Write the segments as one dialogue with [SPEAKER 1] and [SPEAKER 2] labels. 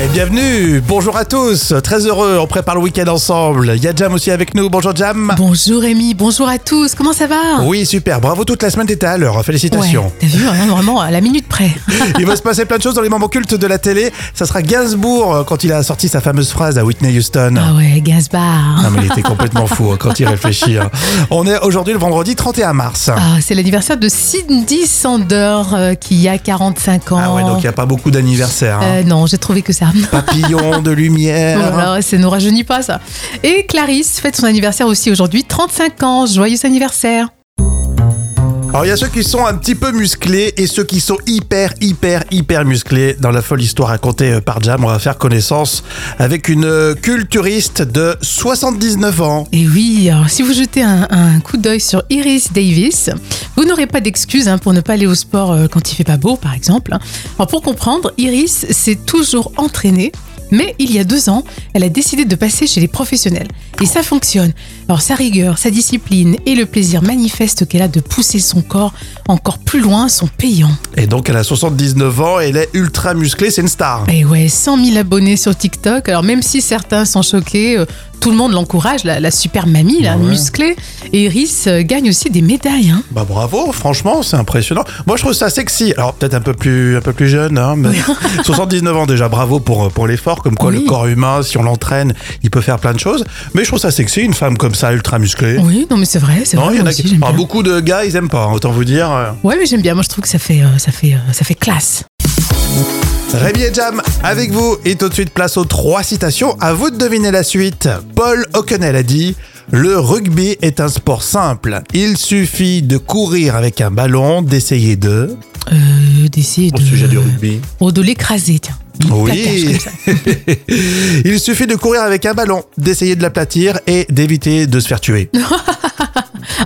[SPEAKER 1] Et bienvenue, bonjour à tous, très heureux, on prépare le week-end ensemble. Il y a Jam aussi avec nous, bonjour Jam.
[SPEAKER 2] Bonjour Rémi, bonjour à tous, comment ça va
[SPEAKER 1] Oui, super, bravo toute la semaine, t'étais à l'heure,
[SPEAKER 2] Ouais,
[SPEAKER 1] félicitations.
[SPEAKER 2] T'as vu, hein, vraiment à la minute près.
[SPEAKER 1] Il va se passer plein de choses dans les moments cultes de la télé. Ça sera Gainsbourg euh, quand il a sorti sa fameuse phrase à Whitney Houston.
[SPEAKER 2] Ah ouais, Gazbar.
[SPEAKER 1] Non mais il était complètement fou hein, quand il réfléchit. hein. On est aujourd'hui le vendredi 31 mars.
[SPEAKER 2] Ah, c'est l'anniversaire de Cindy Sander euh, qui a 45 ans.
[SPEAKER 1] Ah ouais, donc il n'y a pas beaucoup d'anniversaires. hein.
[SPEAKER 2] Euh, Oh non, j'ai trouvé que ça.
[SPEAKER 1] Papillon de lumière.
[SPEAKER 2] Voilà, ça ne rajeunit pas ça. Et Clarisse fête son anniversaire aussi aujourd'hui, 35 ans. Joyeux anniversaire.
[SPEAKER 1] Alors il y a ceux qui sont un petit peu musclés et ceux qui sont hyper hyper hyper musclés dans la folle histoire racontée euh, par Jam. On va faire connaissance avec une euh, culturiste de 79 ans.
[SPEAKER 2] Et oui, alors, si vous jetez un, un coup d'œil sur Iris Davis, vous n'aurez pas d'excuses hein, pour ne pas aller au sport euh, quand il fait pas beau, par exemple. hein. Alors, pour comprendre, Iris s'est toujours entraînée. Mais il y a deux ans, elle a décidé de passer chez les professionnels. Et ça fonctionne. Alors sa rigueur, sa discipline et le plaisir manifeste qu'elle a de pousser son corps encore plus loin sont payants.
[SPEAKER 1] Et donc elle a 79 ans et elle est ultra musclée, c'est une star.
[SPEAKER 2] Et Eh ouais, 100 000 abonnés sur TikTok. Alors même si certains sont choqués, euh, tout le monde l'encourage, la, la super mamie, la
[SPEAKER 1] Ah Ouais.
[SPEAKER 2] musclée. Et Iris euh, gagne aussi des médailles. hein.
[SPEAKER 1] Bah bravo, franchement, c'est impressionnant. Moi je trouve ça sexy. Alors peut-être un peu plus un peu plus jeune, hein, mais 79 ans déjà, bravo pour, euh, pour l'effort, comme quoi
[SPEAKER 2] Oui.
[SPEAKER 1] le corps humain, si on l'entraîne, il peut faire plein de choses. Mais je trouve ça sexy, une femme comme ça, ultra musclée.
[SPEAKER 2] Oui, non mais c'est vrai, c'est
[SPEAKER 1] Non,
[SPEAKER 2] vrai.
[SPEAKER 1] il y en
[SPEAKER 2] moi
[SPEAKER 1] a
[SPEAKER 2] aussi,
[SPEAKER 1] qui...
[SPEAKER 2] j'aime
[SPEAKER 1] Alors,
[SPEAKER 2] bien.
[SPEAKER 1] beaucoup de gars, ils aiment pas, hein, autant vous dire. euh,
[SPEAKER 2] Ouais, mais j'aime bien. Moi, je trouve que ça fait, euh, ça fait, euh, ça fait classe.
[SPEAKER 1] Rémi et Jam, avec vous, et tout de suite place aux trois citations. À vous de deviner la suite. Paul O'Connell a dit Le rugby est un sport simple. Il suffit de courir avec un ballon, d'essayer de.
[SPEAKER 2] Euh, d'essayer de.
[SPEAKER 1] rugby.
[SPEAKER 2] Oh, de l'écraser, tiens. Du plaquage,
[SPEAKER 1] Oui.
[SPEAKER 2] comme ça.
[SPEAKER 1] Il suffit de courir avec un ballon, d'essayer de l'aplatir et d'éviter de se faire tuer.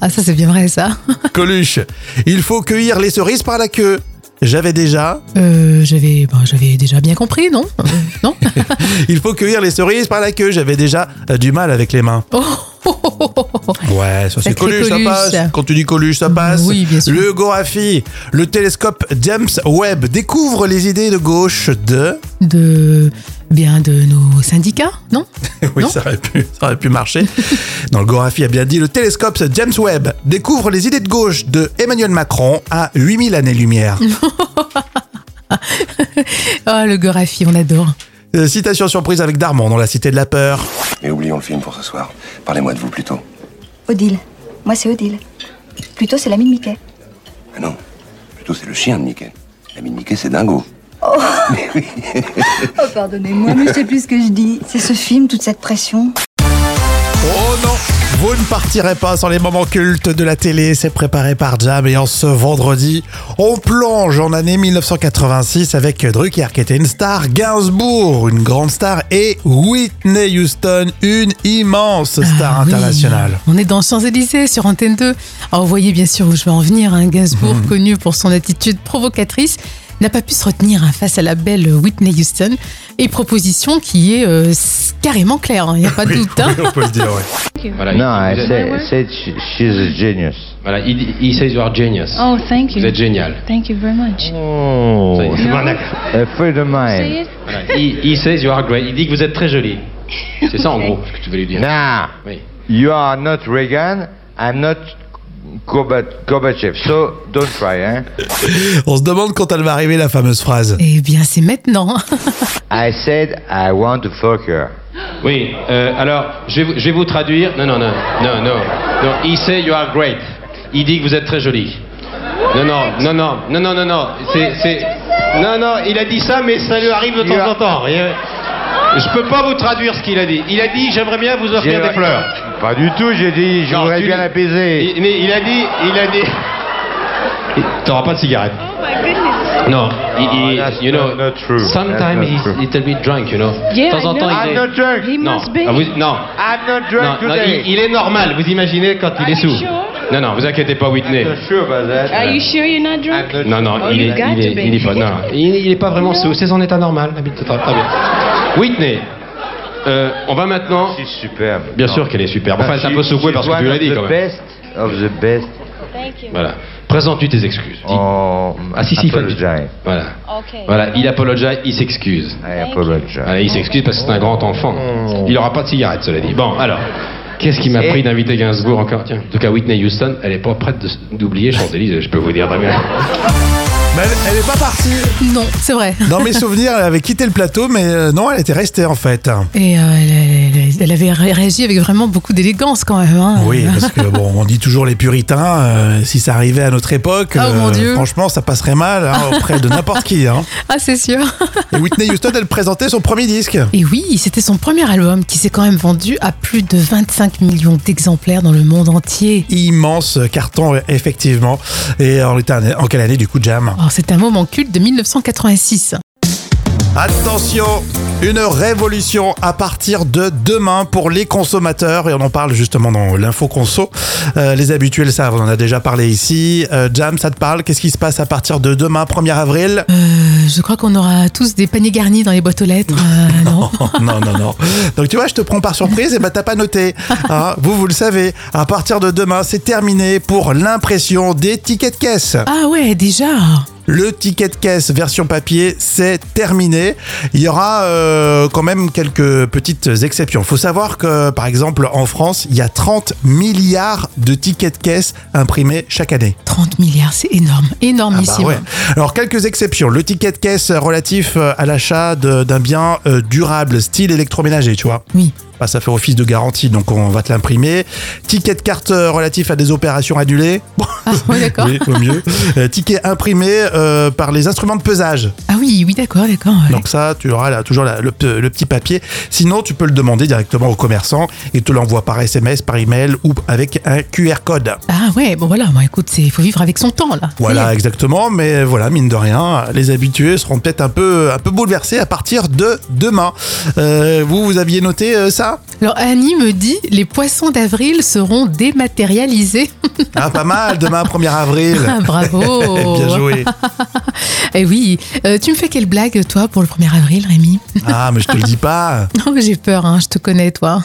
[SPEAKER 2] Ah, ça c'est bien vrai ça.
[SPEAKER 1] Coluche, il faut cueillir les cerises par la queue. J'avais déjà.
[SPEAKER 2] Euh, j'avais, bon, j'avais déjà bien compris, non Euh, Non.
[SPEAKER 1] Il faut cueillir les cerises par la queue. J'avais déjà euh, du mal avec les mains.
[SPEAKER 2] Oh, oh, oh, oh, oh.
[SPEAKER 1] Ouais, ça c'est
[SPEAKER 2] Sacré
[SPEAKER 1] Coluche, ça
[SPEAKER 2] Coluche.
[SPEAKER 1] passe. Quand tu dis Coluche, ça passe.
[SPEAKER 2] Oui, bien sûr.
[SPEAKER 1] Le Gorafi, le télescope James Webb découvre les idées de gauche de.
[SPEAKER 2] De bien de nos syndicats, non
[SPEAKER 1] Oui,
[SPEAKER 2] Non.
[SPEAKER 1] ça aurait pu, ça aurait pu marcher. non, le Gorafi a bien dit. Le télescope James Webb découvre les idées de gauche de Emmanuel Macron à 8000 années-lumière.
[SPEAKER 2] Oh, le Gorafi, on adore.
[SPEAKER 1] Euh, Citation surprise avec Darmon dans La Cité de la Peur.
[SPEAKER 3] Mais oublions le film pour ce soir. Parlez-moi de vous plutôt.
[SPEAKER 4] Odile. Moi, c'est Odile. Plutôt, c'est l'ami de Mickey.
[SPEAKER 3] Ah non, plutôt c'est le chien de Mickey. L'ami de Mickey, c'est Dingo.
[SPEAKER 4] Oh, pardonnez-moi, mais je sais plus ce que je dis. C'est ce film, toute cette pression.
[SPEAKER 1] Oh non Vous ne partirez pas sans les moments cultes de la télé, c'est préparé par Jam et en ce vendredi, on plonge en année 1986 avec Drucker qui était une star, Gainsbourg, une grande star et Whitney Houston, une immense star
[SPEAKER 2] Ah oui.
[SPEAKER 1] internationale.
[SPEAKER 2] On est dans Champs-Élysées sur Antenne 2. Alors, vous voyez bien sûr où je veux en venir. Hein. Gainsbourg,
[SPEAKER 1] Mhm.
[SPEAKER 2] connu pour son attitude provocatrice, n'a pas pu se retenir hein, face à la belle Whitney Houston. Et proposition qui est euh, s- carrément claire, il n'y a pas de doute. hein.
[SPEAKER 1] on peut le dire, ouais.
[SPEAKER 5] Voilà,
[SPEAKER 6] No, I
[SPEAKER 5] vous êtes- Ah
[SPEAKER 6] said, I said she, she's a genius.
[SPEAKER 5] voilà, il, il says you are genius.
[SPEAKER 7] Oh, thank you.
[SPEAKER 5] Vous êtes génial.
[SPEAKER 7] Thank you very much.
[SPEAKER 6] Oh,
[SPEAKER 5] Ça y est. Voilà, d'accord.
[SPEAKER 6] a friend of mine.
[SPEAKER 5] Voilà, he, he says you are great. Il dit que vous êtes très jolie. C'est ça en gros ce que tu veux lui dire.
[SPEAKER 6] Nah,
[SPEAKER 5] Oui.
[SPEAKER 6] you are not Reagan. I'm not Gorbat- Gorbachev. So don't try, eh?
[SPEAKER 1] On se demande quand elle va arriver la fameuse phrase.
[SPEAKER 2] Eh bien, c'est maintenant.
[SPEAKER 6] I said I want to fuck her.
[SPEAKER 5] Oui. euh, alors, je vais, vous- je vais vous traduire. Non, non, non, non, non. Non, he says you are great. Il dit que vous êtes très jolie. Non, non, non, non, non, non, non, non. C'est, c'est. Non, non. Il a dit ça, mais ça lui arrive de
[SPEAKER 6] You
[SPEAKER 5] temps en
[SPEAKER 6] are-
[SPEAKER 5] temps. Et, euh, Je peux pas vous traduire ce qu'il a dit. Il a dit j'aimerais bien vous offrir des fleurs.
[SPEAKER 6] Pas du tout. J'ai dit je
[SPEAKER 5] Non,
[SPEAKER 6] voudrais
[SPEAKER 5] tu
[SPEAKER 6] bien
[SPEAKER 5] dis-
[SPEAKER 6] la baiser.
[SPEAKER 5] Il, mais il a dit, il a dit. Il- T'auras pas de cigarette.
[SPEAKER 7] Oh
[SPEAKER 5] Non, il- il-
[SPEAKER 6] Oh, that's
[SPEAKER 5] you know,
[SPEAKER 6] not- not true. That's
[SPEAKER 5] sometimes
[SPEAKER 6] not
[SPEAKER 5] he's
[SPEAKER 6] true.
[SPEAKER 5] a little bit drunk, you know.
[SPEAKER 7] Yeah,
[SPEAKER 5] de temps en
[SPEAKER 7] I
[SPEAKER 5] temps,
[SPEAKER 7] know.
[SPEAKER 5] il
[SPEAKER 6] I'm
[SPEAKER 5] est...
[SPEAKER 6] not drunk.
[SPEAKER 7] He
[SPEAKER 5] non,
[SPEAKER 7] must be.
[SPEAKER 5] Ah, vous- non.
[SPEAKER 6] I'm not
[SPEAKER 5] Non,
[SPEAKER 6] drunk
[SPEAKER 5] non,
[SPEAKER 6] today.
[SPEAKER 5] il, il est normal, vous imaginez quand il est
[SPEAKER 7] you
[SPEAKER 5] sous.
[SPEAKER 7] sure?
[SPEAKER 5] Non, non, vous inquiétez pas, Whitney.
[SPEAKER 6] I'm not sure about that.
[SPEAKER 7] Are you sure you're not
[SPEAKER 6] I'm
[SPEAKER 7] drunk?
[SPEAKER 6] not
[SPEAKER 5] Non, non,
[SPEAKER 7] Oh,
[SPEAKER 5] il,
[SPEAKER 7] you
[SPEAKER 5] est,
[SPEAKER 7] got
[SPEAKER 5] il,
[SPEAKER 7] to
[SPEAKER 5] est,
[SPEAKER 7] be.
[SPEAKER 5] il est pas, non, il, il est pas vraiment sous, c'est son état normal. la bite. Très bien. Whitney, euh, on va maintenant.
[SPEAKER 6] She's Bah, superbe.
[SPEAKER 5] Bien sûr qu'elle est superbe. Enfin, elle est un peu secouée parce que tu l'as dit quand même.
[SPEAKER 6] Best of the best.
[SPEAKER 7] Thank you.
[SPEAKER 5] Voilà. Présente-lui tes excuses. Dis.
[SPEAKER 6] Oh,
[SPEAKER 5] Ah si, si, il faut le dire.
[SPEAKER 6] apologize.
[SPEAKER 5] Voilà.
[SPEAKER 7] Ok.
[SPEAKER 5] Voilà, il apologise, il s'excuse.
[SPEAKER 6] I apologize.
[SPEAKER 5] Voilà, il s'excuse parce que c'est un grand enfant. Il n'aura pas de cigarette, cela dit. Bon, alors, qu'est-ce qui m'a pris d'inviter Gainsbourg encore Tiens, en tout cas, Whitney Houston, elle n'est pas prête de- d'oublier Champs-Élysées, je peux vous dire, Damien.
[SPEAKER 1] Mais elle- elle n'est pas partie.
[SPEAKER 2] Non, c'est vrai.
[SPEAKER 1] Dans mes souvenirs, elle avait quitté le plateau, mais euh, non, elle était restée en fait.
[SPEAKER 2] Et euh, elle, elle- elle avait ré- réagi avec vraiment beaucoup d'élégance quand même. hein.
[SPEAKER 1] Oui, parce que bon, on dit toujours les puritains. euh, si ça arrivait à notre époque, euh,
[SPEAKER 2] Oh, mon Dieu.
[SPEAKER 1] franchement, ça passerait mal hein, auprès de n'importe qui. hein.
[SPEAKER 2] Ah, c'est sûr.
[SPEAKER 1] Et Whitney Houston, elle présentait son premier disque.
[SPEAKER 2] Et oui, c'était son premier album qui s'est quand même vendu à plus de 25 millions d'exemplaires dans le monde entier.
[SPEAKER 1] Immense carton, euh, effectivement. Et on était en en quelle année, du coup, Jam
[SPEAKER 2] Alors, Oh, c'est un moment culte de 1986.
[SPEAKER 1] Attention, une révolution à partir de demain pour les consommateurs. Et on en parle justement dans l'info conso. Euh, les habitués le savent, on en a déjà parlé ici. Euh, Jam, ça te parle Qu'est-ce qui se passe à partir de demain, 1er avril
[SPEAKER 2] Euh, je crois qu'on aura tous des paniers garnis dans les boîtes aux lettres. euh, non.
[SPEAKER 1] Oh, non, non, non. Donc tu vois, je te prends par surprise et bah t'as pas noté. hein. vous, vous le savez, à partir de demain, c'est terminé pour l'impression des tickets de caisse.
[SPEAKER 2] Ah ouais, déjà.
[SPEAKER 1] Le ticket de caisse version papier, c'est terminé. Il y aura euh, quand même quelques petites exceptions. faut savoir que, par exemple, en France, il y a 30 milliards de tickets de caisse imprimés chaque année.
[SPEAKER 2] 30 milliards, c'est énorme,
[SPEAKER 1] Ah bah
[SPEAKER 2] énormissime.
[SPEAKER 1] ouais. Alors quelques exceptions. Le ticket de caisse relatif euh, à l'achat de- d'un bien euh, durable, style électroménager, tu vois.
[SPEAKER 2] Oui.
[SPEAKER 1] Bah, ça fait office de garantie, donc on va te l'imprimer. Ticket de carte euh, relatif à des opérations annulées.
[SPEAKER 2] Ah ouais, d'accord.
[SPEAKER 1] Oui, au mieux. Euh, ticket imprimé euh, par les instruments de pesage.
[SPEAKER 2] Ah oui, oui, d'accord, d'accord. ouais.
[SPEAKER 1] Donc ça, tu auras là, toujours la- le, pe- le petit papier. Sinon, tu peux le demander directement au commerçant. Il te l'envoie par SMS, par email ou avec un QR code.
[SPEAKER 2] Ah ouais, bon voilà, bon, écoute, il faut vivre avec son temps là. Ça y
[SPEAKER 1] Voilà,
[SPEAKER 2] est.
[SPEAKER 1] exactement. Mais voilà, mine de rien, les habitués seront peut-être un peu, un peu bouleversés à partir de demain. Euh, vous, vous aviez noté euh, ça
[SPEAKER 2] Alors Annie me dit, les poissons d'avril seront dématérialisés.
[SPEAKER 1] Ah, Pas mal, demain 1er avril.
[SPEAKER 2] Ah,
[SPEAKER 1] Eh,
[SPEAKER 2] bravo.
[SPEAKER 1] Bien joué.
[SPEAKER 2] Eh oui, Euh, tu me fais quelle blague toi pour le 1er avril, Rémi
[SPEAKER 1] Ah, mais je te le dis pas.
[SPEAKER 2] Non, mais j'ai peur, hein, je te connais toi.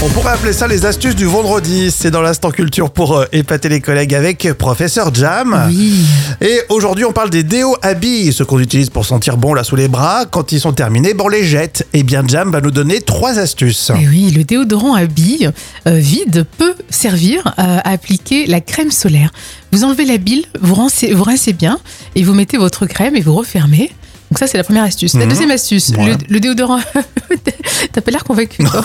[SPEAKER 1] On pourrait appeler ça les astuces du vendredi. C'est dans l'instant culture pour euh, épater les collègues avec euh, Professeur Jam.
[SPEAKER 2] Oui.
[SPEAKER 1] Et aujourd'hui, on parle des déos à billes, ceux qu'on utilise pour sentir bon là sous les bras. Quand ils sont terminés, bon, on les jette. Et bien, Jam va nous donner trois astuces.
[SPEAKER 2] Eh oui, le déodorant à bille euh, vide peut servir euh, à appliquer la crème solaire. Vous enlevez la bille, vous rincez, vous rincez bien et vous mettez votre crème et vous refermez. Donc ça, c'est la première astuce. La
[SPEAKER 1] Mhm.
[SPEAKER 2] deuxième astuce,
[SPEAKER 1] Ouais.
[SPEAKER 2] le, le déodorant... T'as pas l'air convaincu. toi.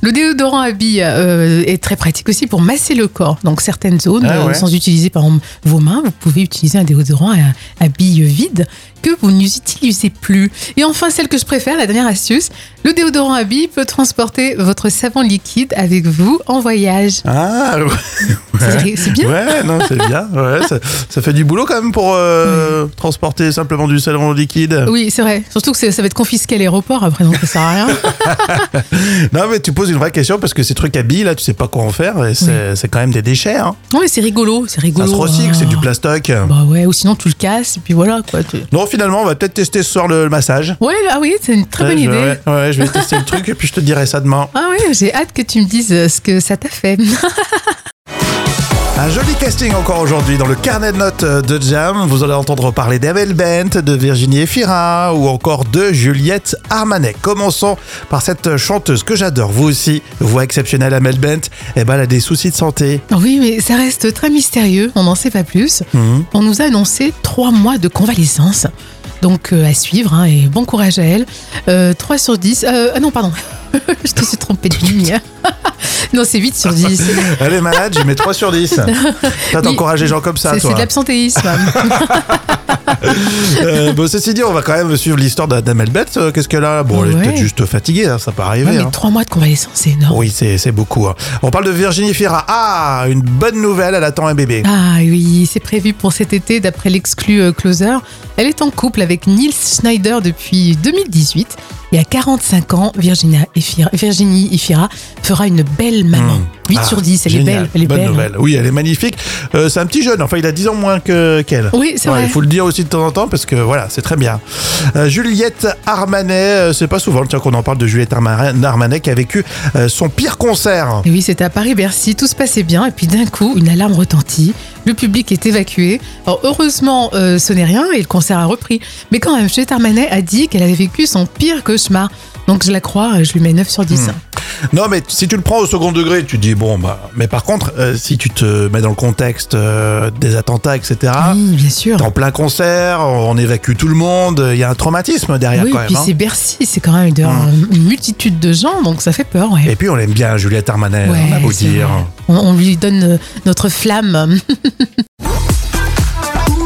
[SPEAKER 2] Le déodorant à billes euh, est très pratique aussi pour masser le corps. Donc certaines zones,
[SPEAKER 1] Ah
[SPEAKER 2] euh,
[SPEAKER 1] ouais.
[SPEAKER 2] sans utiliser par exemple vos mains, vous pouvez utiliser un déodorant à, à billes vide que vous n'utilisez plus. Et enfin celle que je préfère, la dernière astuce, le déodorant à billes peut transporter votre savon liquide avec vous en voyage.
[SPEAKER 1] Ah, ouais.
[SPEAKER 2] C'est- C'est bien.
[SPEAKER 1] Ouais, non, c'est bien. Ouais, ça, ça fait du boulot quand même pour euh, transporter simplement du salon liquide.
[SPEAKER 2] Oui, c'est vrai. Surtout que c'est- ça va être confisqué à l'aéroport après, donc ça sert à rien.
[SPEAKER 1] Non, mais tu poses une vraie question parce que ces trucs à billes, là, tu sais pas quoi en faire. Et c'est c'est quand même des déchets. Hein.
[SPEAKER 2] Non, mais c'est rigolo, c'est
[SPEAKER 1] Ça
[SPEAKER 2] rigolo. hein.
[SPEAKER 1] se recycle, c'est du plastoc.
[SPEAKER 2] Bah ouais, ou sinon tu le casses et puis voilà quoi. tu-
[SPEAKER 1] Non, finalement, on va peut-être tester ce soir le, le massage.
[SPEAKER 2] Ouais, ah oui, c'est une très
[SPEAKER 1] Ouais,
[SPEAKER 2] bonne
[SPEAKER 1] je-
[SPEAKER 2] idée.
[SPEAKER 1] Ouais, ouais, je vais tester le truc et puis je te dirai ça demain.
[SPEAKER 2] Ah oui, j'ai hâte que tu me dises euh, ce que ça t'a fait.
[SPEAKER 1] Un joli casting encore aujourd'hui dans le carnet de notes euh, de Jam. Vous allez entendre parler d'Abel Bent, de Virginie Efira ou encore de Juliette Armanet. Commençons par cette chanteuse que j'adore, vous aussi, voix exceptionnelle Amel Bent. Eh ben, elle a des soucis de santé.
[SPEAKER 2] Oui, mais ça reste très mystérieux, on n'en sait pas plus. On nous a annoncé trois mois de convalescence. Donc euh, à suivre, hein, et bon courage à elle. Euh, 3 sur 10. euh, ah non, pardon, je te suis trompée de ligne. non, c'est 8 sur 10.
[SPEAKER 1] Elle est malade, je mets 3 sur 10. T'as
[SPEAKER 2] Oui.
[SPEAKER 1] t'encourage les gens comme ça,
[SPEAKER 2] C'est c'est
[SPEAKER 1] toi.
[SPEAKER 2] de l'absentéisme.
[SPEAKER 1] Euh, bon, ceci dit, on va quand même suivre l'histoire d'Amel Bent. Euh, Qu'est-ce qu'elle a Bon, elle est
[SPEAKER 2] Ouais.
[SPEAKER 1] peut-être juste fatiguée, hein, ça peut
[SPEAKER 2] Ouais,
[SPEAKER 1] arriver.
[SPEAKER 2] mais
[SPEAKER 1] hein.
[SPEAKER 2] 3 mois de convalescence, c'est énorme.
[SPEAKER 1] Oui, c'est c'est beaucoup. hein. On parle de Virginie Fira. Ah, une bonne nouvelle, elle attend un bébé.
[SPEAKER 2] Ah oui, c'est prévu pour cet été d'après l'exclu euh, Closer. Elle est en couple avec Nils Schneider depuis 2018 et à 45 ans, Virginia Efira- Virginie Ifira fera une belle maman.
[SPEAKER 1] Mm.
[SPEAKER 2] 8
[SPEAKER 1] Ah,
[SPEAKER 2] sur 10, elle
[SPEAKER 1] génial.
[SPEAKER 2] est belle. Elle est
[SPEAKER 1] Bonne
[SPEAKER 2] belle.
[SPEAKER 1] nouvelle. Oui, elle est magnifique. Euh, c'est un petit jeune, enfin, il a 10 ans moins que, qu'elle.
[SPEAKER 2] Oui, c'est
[SPEAKER 1] Ouais,
[SPEAKER 2] vrai.
[SPEAKER 1] Il faut le dire aussi de temps en temps parce que voilà, c'est très bien. Euh, Juliette Armanet, euh, c'est pas souvent tiens, qu'on en parle de Juliette Armanet, Armanet qui a vécu euh, son pire concert.
[SPEAKER 2] Et oui, c'était à Paris-Bercy, tout se passait bien, et puis d'un coup, une alarme retentit, le public est évacué. Alors, heureusement, euh, ce n'est rien, et le concert a repris. Mais quand même, Juliette Armanet a dit qu'elle avait vécu son pire cauchemar. Donc je la crois, euh, je lui mets 9 sur
[SPEAKER 1] Hmm.
[SPEAKER 2] 10.
[SPEAKER 1] Non, mais si tu le prends au second degré, tu te dis bon, bah, mais par contre, euh, si tu te mets dans le contexte euh, des attentats, etc.,
[SPEAKER 2] oui, bien sûr.
[SPEAKER 1] t'es en plein concert, on évacue tout le monde, il y a un traumatisme derrière
[SPEAKER 2] Oui,
[SPEAKER 1] quand
[SPEAKER 2] et
[SPEAKER 1] même.
[SPEAKER 2] puis
[SPEAKER 1] hein. Mmh.
[SPEAKER 2] c'est Bercy, c'est quand même une, une multitude de gens, donc ça fait peur. Ouais.
[SPEAKER 1] Et puis on l'aime bien, Juliette Armanet,
[SPEAKER 2] Ouais,
[SPEAKER 1] Eh ben, on a beau
[SPEAKER 2] c'est
[SPEAKER 1] dire.
[SPEAKER 2] vrai. On, on lui donne euh, notre flamme.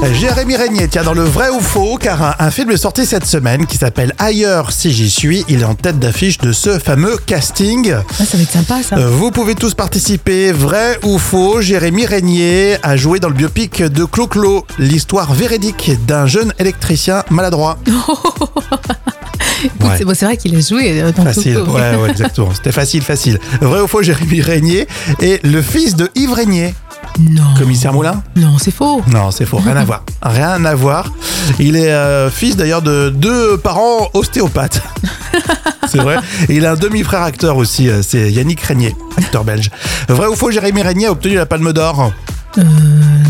[SPEAKER 1] Eh, Jérémy Régnier, tiens, dans le vrai ou faux, car un, un film est sorti cette semaine qui s'appelle Ailleurs si j'y suis. Il est en tête d'affiche de ce fameux casting.
[SPEAKER 2] Ah, ça va être sympa, ça.
[SPEAKER 1] Euh, Vous pouvez tous participer, vrai ou faux. Jérémy Régnier a joué dans le biopic de Clo-Clo, l'histoire véridique d'un jeune électricien maladroit.
[SPEAKER 2] Écoute,
[SPEAKER 1] ouais.
[SPEAKER 2] c'est bon, c'est vrai qu'il a joué euh, dans
[SPEAKER 1] Facile,
[SPEAKER 2] Coco.
[SPEAKER 1] ouais, ouais, exactement. C'était facile, facile. Vrai ou faux, Jérémy Régnier est le fils de Yves Régnier,
[SPEAKER 2] Non,
[SPEAKER 1] commissaire Moulin.
[SPEAKER 2] non c'est faux. Euh,
[SPEAKER 1] Non, c'est faux, rien à voir. Rien à voir. Il est euh, fils d'ailleurs de deux parents ostéopathes. c'est vrai. Et il a un demi-frère acteur aussi, euh, c'est Yannick Régnier, acteur belge. Vrai ou faux, Jérémy Régnier a obtenu la Palme d'Or
[SPEAKER 2] Euh,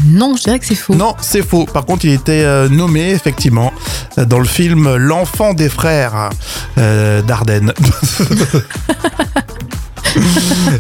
[SPEAKER 2] non, je dirais que c'est faux.
[SPEAKER 1] Non, c'est faux. Par contre, il était euh, nommé, effectivement, euh, dans le film L'enfant des frères euh, d'Ardenne.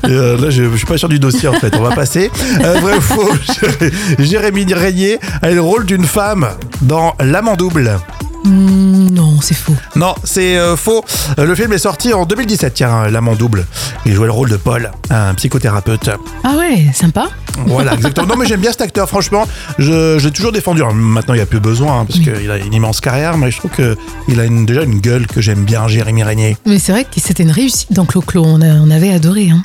[SPEAKER 1] Euh, là, je, je suis pas sûr du dossier en fait. On va passer. Euh, vrai ou faux Jéré- Jérémy Régnier a eu le rôle d'une femme dans L'Amandouble.
[SPEAKER 2] Mm, Non, c'est faux.
[SPEAKER 1] Non, c'est euh, faux. Euh, Le film est sorti en 2017. Tiens, L'Amandouble. Il jouait le rôle de Paul, un psychothérapeute.
[SPEAKER 2] Ah ouais, sympa.
[SPEAKER 1] Voilà, exactement. Non, mais j'aime bien cet acteur, franchement. Je, je l'ai toujours défendu. Alors, maintenant, il n'y a plus besoin, hein, parce qu'il a une immense carrière, mais je trouve qu'il a une- déjà une gueule que j'aime bien, Jérémy Régnier.
[SPEAKER 2] Mais c'est vrai que c'était une réussite dans Clo-Clo, on, a- on avait adoré. Hein.